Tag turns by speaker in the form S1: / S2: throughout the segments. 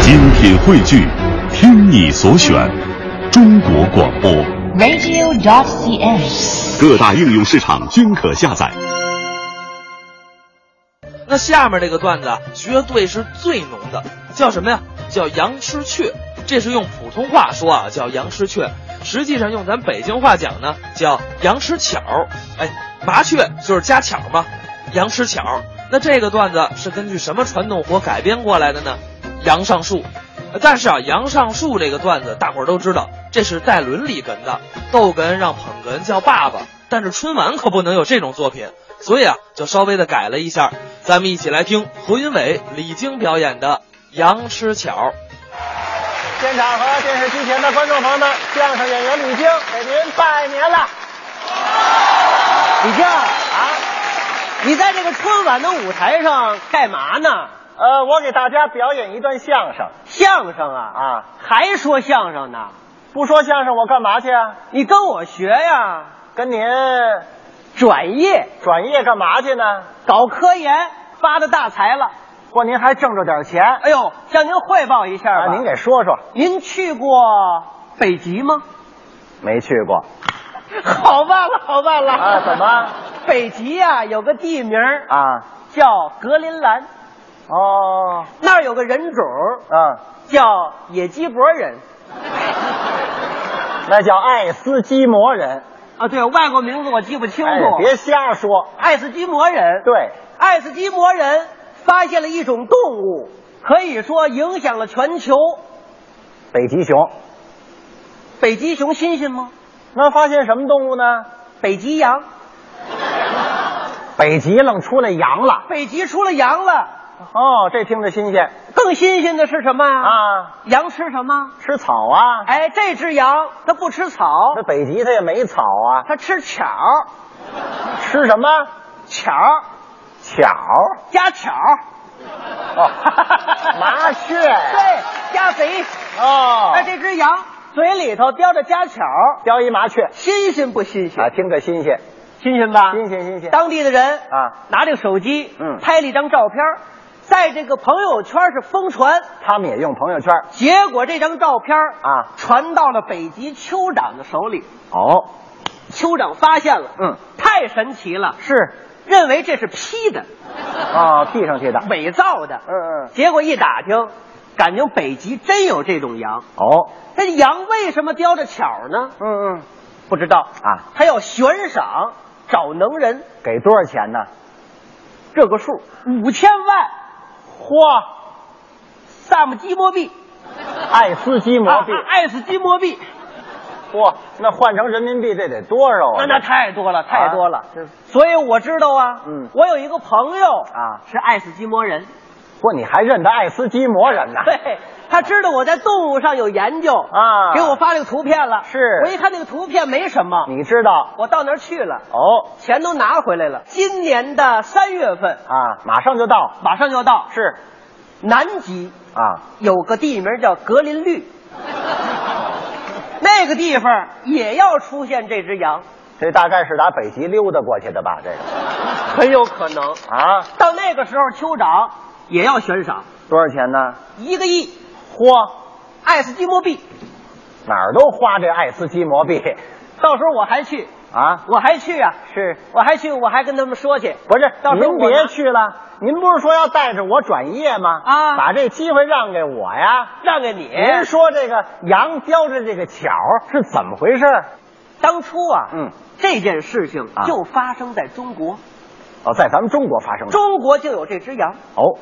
S1: 精品汇聚，听你所选，中国广播。
S2: radio.cn。
S1: 各大应用市场均可下载。
S3: 那下面这个段子啊学对是最浓的，叫什么呀？叫杨师雀。这是用普通话说啊，叫杨师雀。实际上用咱北京话讲呢，叫杨师巧。哎，麻雀就是家巧嘛，杨师巧。那这个段子是根据什么传统活改编过来的呢？杨上树。呃但是啊，杨上树这个段子大伙儿都知道，这是带伦理哏的，逗哏让捧哏叫爸爸。但是春晚可不能有这种作品，所以啊，就稍微的改了一下。咱们一起来听何云伟、李菁表演的《杨师巧》。
S4: 现场和电视机前的观众朋友们，相声演员李菁给您拜年了。
S5: 李静啊，你在这个春晚的舞台上干嘛呢？
S4: 呃，我给大家表演一段相声
S5: 相声啊
S4: 啊，
S5: 还说相声呢？
S4: 不说相声我干嘛去啊？
S5: 你跟我学呀、
S4: 跟您
S5: 转业
S4: 转业干嘛去呢？
S5: 搞科研，发的大财了。
S4: 或您还挣着点钱？
S5: 哎呦，向您汇报一下吧。
S4: 啊，您给说说。
S5: 您去过北极吗？
S4: 没去过
S5: 好办了，好办了。
S4: 啊？怎么
S5: 北极呀、有个地名儿
S4: 啊？
S5: 叫格林兰，
S4: 哦，
S5: 那儿有个人种儿
S4: 嗯，
S5: 叫野鸡脖人
S4: 那叫爱斯基摩人。
S5: 啊，对，外国名字我记不清楚。
S4: 哎，别瞎说。
S5: 爱斯基摩人，
S4: 对，
S5: 爱斯基摩人发现了一种动物，可以说影响了全球。
S4: 北极熊。
S5: 北极熊新鲜吗？
S4: 那发现什么动物呢？
S5: 北极羊，
S4: 北极愣出来羊了。
S5: 北极出了羊了。
S4: 哦，这听着新鲜
S5: 更新鲜的是什么呀？
S4: 啊。
S5: 羊吃什么？
S4: 吃草啊？
S5: 哎，这只羊它不吃草，
S4: 那北极它也没草啊，
S5: 它吃巧儿，
S4: 吃什么？
S5: 巧儿
S4: 巧
S5: 加巧儿，
S4: 哦，麻雀
S5: 对，加贼。
S4: 哦，
S5: 哎，这只羊嘴里头叼着加巧儿，
S4: 叼一麻雀
S5: 新鲜不新
S4: 啊，
S5: 鲜？
S4: 听着新鲜，
S5: 新鲜吧
S4: 新鲜新鲜
S5: 当地的人
S4: 啊，
S5: 拿这个手机，
S4: 嗯
S5: 拍了一张照片儿，在这个朋友圈是疯传。
S4: 他们也用朋友圈
S5: 结果这张照片儿
S4: 啊
S5: 传到了北极酋长的手里，
S4: 哦，
S5: 酋长发现了，
S4: 嗯，
S5: 太神奇了，
S4: 是
S5: 认为这是 P 的、
S4: 啊，P 上去的，
S5: 伪造的。
S4: 嗯嗯，
S5: 结果一打听，感情北极真有这种羊。
S4: 哦，
S5: 这羊为什么叼着巧呢？
S4: 嗯嗯，
S5: 不知道
S4: 啊，
S5: 他要悬赏找能人，
S4: 给多少钱呢？
S5: 这个数五千万
S4: 嚯，
S5: 萨姆基摩币，
S4: 爱斯基摩 币，哦
S5: 啊爱斯基摩币。
S4: 嚯，那换成人民币这得多少啊？
S5: 那那太多了，太多了。
S4: 啊是
S5: 所以我知道啊，
S4: 嗯
S5: 我有一个朋友
S4: 啊
S5: 是爱斯基摩人，
S4: 不，你还认得爱斯基摩人 呢？
S5: 对，他知道我在动物上有研究
S4: 啊
S5: 给我发了个图片了。
S4: 是嗯
S5: 我一看那个图片没什么，
S4: 你知道
S5: 我到那儿去了，
S4: 哦
S5: 钱都拿回来了。今年的三月份，
S4: 啊，马上就到，
S5: 马上就到
S4: 是
S5: 南极，
S4: 啊，
S5: 有个地名叫格林 绿，那个地方也要出现这只羊，
S4: 这大概是打北极溜达过去的吧？这个
S5: 很有可能。
S4: 啊，
S5: 到那个时候，酋长也要悬赏
S4: 多少钱呢？
S5: 一个亿。
S4: 嚯，
S5: 爱斯基摩币。
S4: 哪儿都花这爱斯基摩币
S5: 到时候我还去，
S4: 啊！
S5: 我还去啊，
S4: 是
S5: 我还去，我还跟他们说去。
S4: 不是？
S5: 到时候
S4: 您
S5: 我
S4: 别
S5: 拿
S4: 去了，您不是说要带着我转业吗？
S5: 啊
S4: 把这机会让给我呀！
S5: 让给你。
S4: 您说这个羊叼着这个巧是怎么回事？
S5: 当初啊，
S4: 嗯，
S5: 这件事情
S4: 啊
S5: 就发生在中国，
S4: 哦，在咱们中国发生的
S5: 中国就有这只羊，
S4: 哦，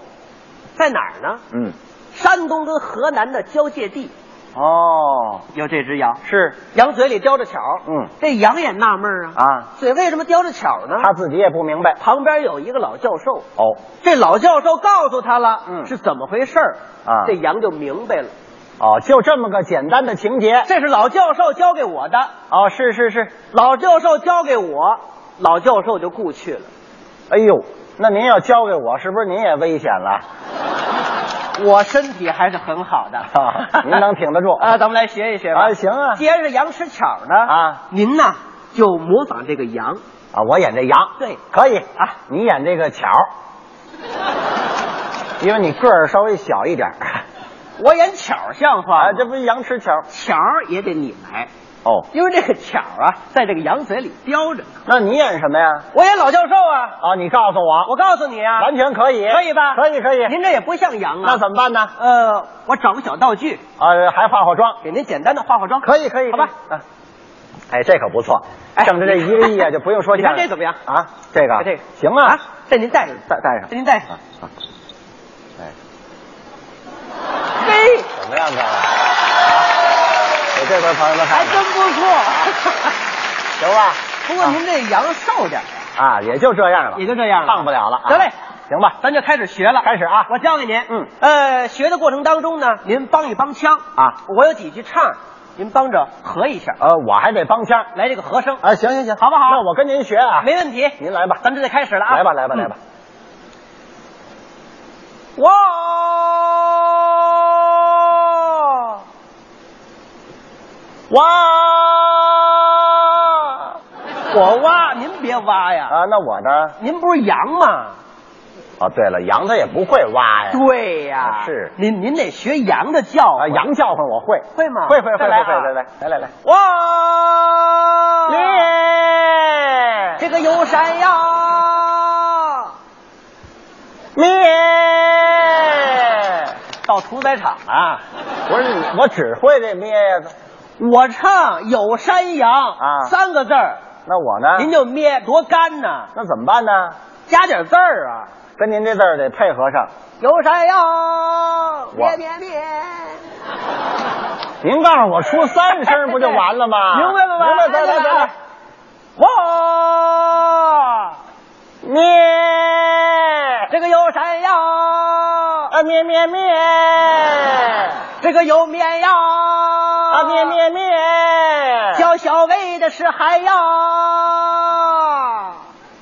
S5: 在哪儿呢？
S4: 嗯，
S5: 山东跟河南的交界地
S4: 哦，
S5: 有这只羊，
S4: 是
S5: 羊嘴里叼着巧。
S4: 嗯，
S5: 这羊也纳闷啊，
S4: 啊，
S5: 嘴为什么叼着巧呢？
S4: 他自己也不明白
S5: 旁边有一个老教授，
S4: 哦
S5: 这老教授告诉他了，
S4: 嗯
S5: 是怎么回事儿
S4: 啊
S5: 这羊就明白了，
S4: 哦，就这么个简单的情节
S5: 这是老教授教给我的。
S4: 哦，是是是，
S5: 老教授交给我，老教授就故去了。
S4: 哎呦，那您要交给我，是不是您也危险了？
S5: 我身体还是很好的，
S4: 啊您能挺得住
S5: 啊？咱们来学一学吧。
S4: 啊行啊
S5: 既然是羊吃巧呢，
S4: 啊
S5: 您呐就模仿这个羊，
S4: 啊，我演这羊，
S5: 对
S4: 可以
S5: 啊，
S4: 你演这个巧儿，因为你个儿稍微小一点儿，
S5: 我演巧像话吗？
S4: 啊，这不是羊吃巧儿
S5: 巧也得你来，
S4: 哦？
S5: 因为这个巧啊，在这个羊嘴里叼着呢。
S4: 那你演什么呀？
S5: 我演老教授啊，
S4: 啊，你告诉我，
S5: 我告诉你啊，
S4: 完全可以，
S5: 可以吧？
S4: 可以可以。
S5: 您这也不像羊啊。
S4: 那怎么办呢？
S5: 呃，我找个小道具，
S4: 啊，还化化妆，
S5: 给您简单的化化妆。
S4: 可以可以，
S5: 好吧。
S4: 嗯。哎，这可不错，
S5: 哎
S4: 挣着这一个亿啊，
S5: 你看
S4: 就不用说
S5: 你看
S4: 相声
S5: 这怎么样
S4: 啊？这个
S5: 哎这个
S4: 行啊，
S5: 这您带上，
S4: 带带上
S5: 这您带上。
S4: 啊。哎，
S5: 嘿，
S4: 怎么样，各位？啊，给这边朋友们
S5: 还
S4: 看
S5: 真不
S4: 看，
S5: 错。
S4: 行吧？
S5: 不过您这羊瘦点儿，
S4: 啊，也就这样了，
S5: 也就这样了
S4: 胖不了了啊。
S5: 得嘞，
S4: 行吧？
S5: 咱就开始学了。
S4: 开始啊
S5: 我教给您。
S4: 嗯，
S5: 呃，学的过程当中呢，您帮一帮腔
S4: 啊，
S5: 我有几句唱，您帮着合一下，
S4: 呃，我还得帮腔儿。
S5: 来这个和声，
S4: 啊，行行行，
S5: 好不好
S4: 那我跟您学啊。
S5: 没问题。
S4: 您来吧
S5: 咱们这就开始了啊！
S4: 来吧，来吧，来吧。
S5: 嗯。哇！
S4: 哇
S5: 我挖，您别挖呀！
S4: 啊，那我呢？
S5: 您不是羊吗？
S4: 哦，对了，羊它也不会挖呀。
S5: 对呀，
S4: 哎啊是
S5: 您您得学羊的叫
S4: 啊，
S5: 唤
S4: 羊叫唤我会，
S5: 会吗？
S4: 会会会
S5: 再
S4: 会
S5: 来啊
S4: 会，来来来来来，
S5: 哇！
S4: 咩
S5: 这个有山呀，
S4: 咩
S5: 到屠宰场。
S4: 啊！不是，我只会这咩呀，
S5: 我唱有山羊
S4: 啊
S5: 三个字儿，
S4: 那我呢？
S5: 您就咩多干呐，
S4: 那怎么办呢？
S5: 加点字儿啊。
S4: 跟您这字儿得配合上。
S5: 有山羊，咩
S4: 我
S5: 咩咩，
S4: 您告诉我出三声不就完了吗？
S5: 明白了吧？
S4: 明白，来来来来，
S5: 哇！
S4: 咩
S5: 这个有山羊，
S4: 啊咩咩咩
S5: 这个有绵羊，啊
S4: 啊咩咩咩，
S5: 叫小魏的是海洋。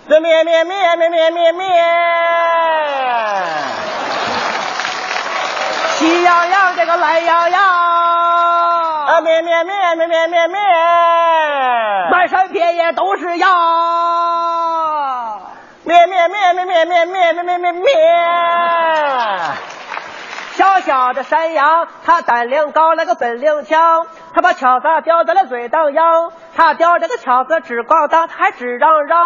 S4: 这咩咩咩咩咩咩咩。
S5: 喜羊羊这个懒羊羊，
S4: 啊咩咩咩咩咩咩咩，
S5: 哎
S4: 哎
S5: 满山遍野都是羊。
S4: 咩咩咩咩咩咩咩咩咩咩咩，
S5: 小小的山羊，它胆量高，那个本领强，它把巧子叼在了嘴当央，它叼着个巧子只咣当，它还只嚷嚷。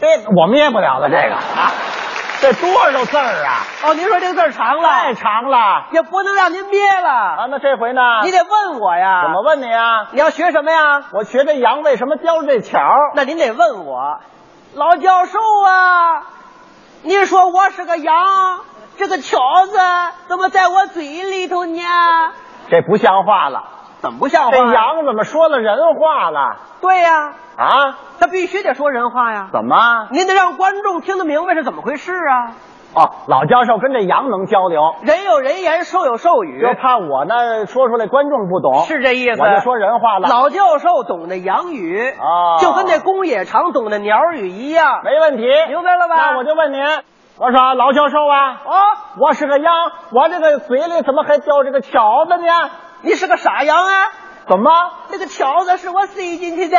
S4: 这我灭不了了这个啊，这多少字儿啊，
S5: 哦，您说这个字儿长了，
S4: 太长了
S5: 也不能让您憋
S4: 啊！
S5: 了，
S4: 那这回呢？
S5: 你得问我呀。
S4: 怎么？问你啊？
S5: 你要学什么呀？
S4: 我学这羊为什么叼着这巧儿？
S5: 那您得问我，老教授啊，您说我是个羊，这个条子怎么在我嘴里头呢？
S4: 这不像话了，
S5: 怎么不像话？
S4: 这羊怎么说了人话了
S5: 对呀、
S4: 啊？
S5: 他必须得说人话呀。
S4: 怎么？
S5: 您得让观众听得明白是怎么回事啊！
S4: 哦，老教授跟这羊能交流，
S5: 人有人言，兽有兽语，
S4: 就怕我呢说出来观众不懂，
S5: 是这意思。
S4: 我就说人话了。
S5: 老教授懂得洋语
S4: 哦
S5: 就跟那公野长懂得鸟语一样。
S4: 没问题，
S5: 明白了吧
S4: 那我就问您，我说老教授啊，
S5: 哦，
S4: 我是个羊，我这个嘴里怎么还叼着个条子呢？
S5: 你是个傻羊啊！
S4: 怎么？
S5: 那个条子是我塞进 去的。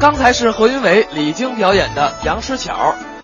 S3: 刚才是何云伟、李菁表演的《杨师巧》，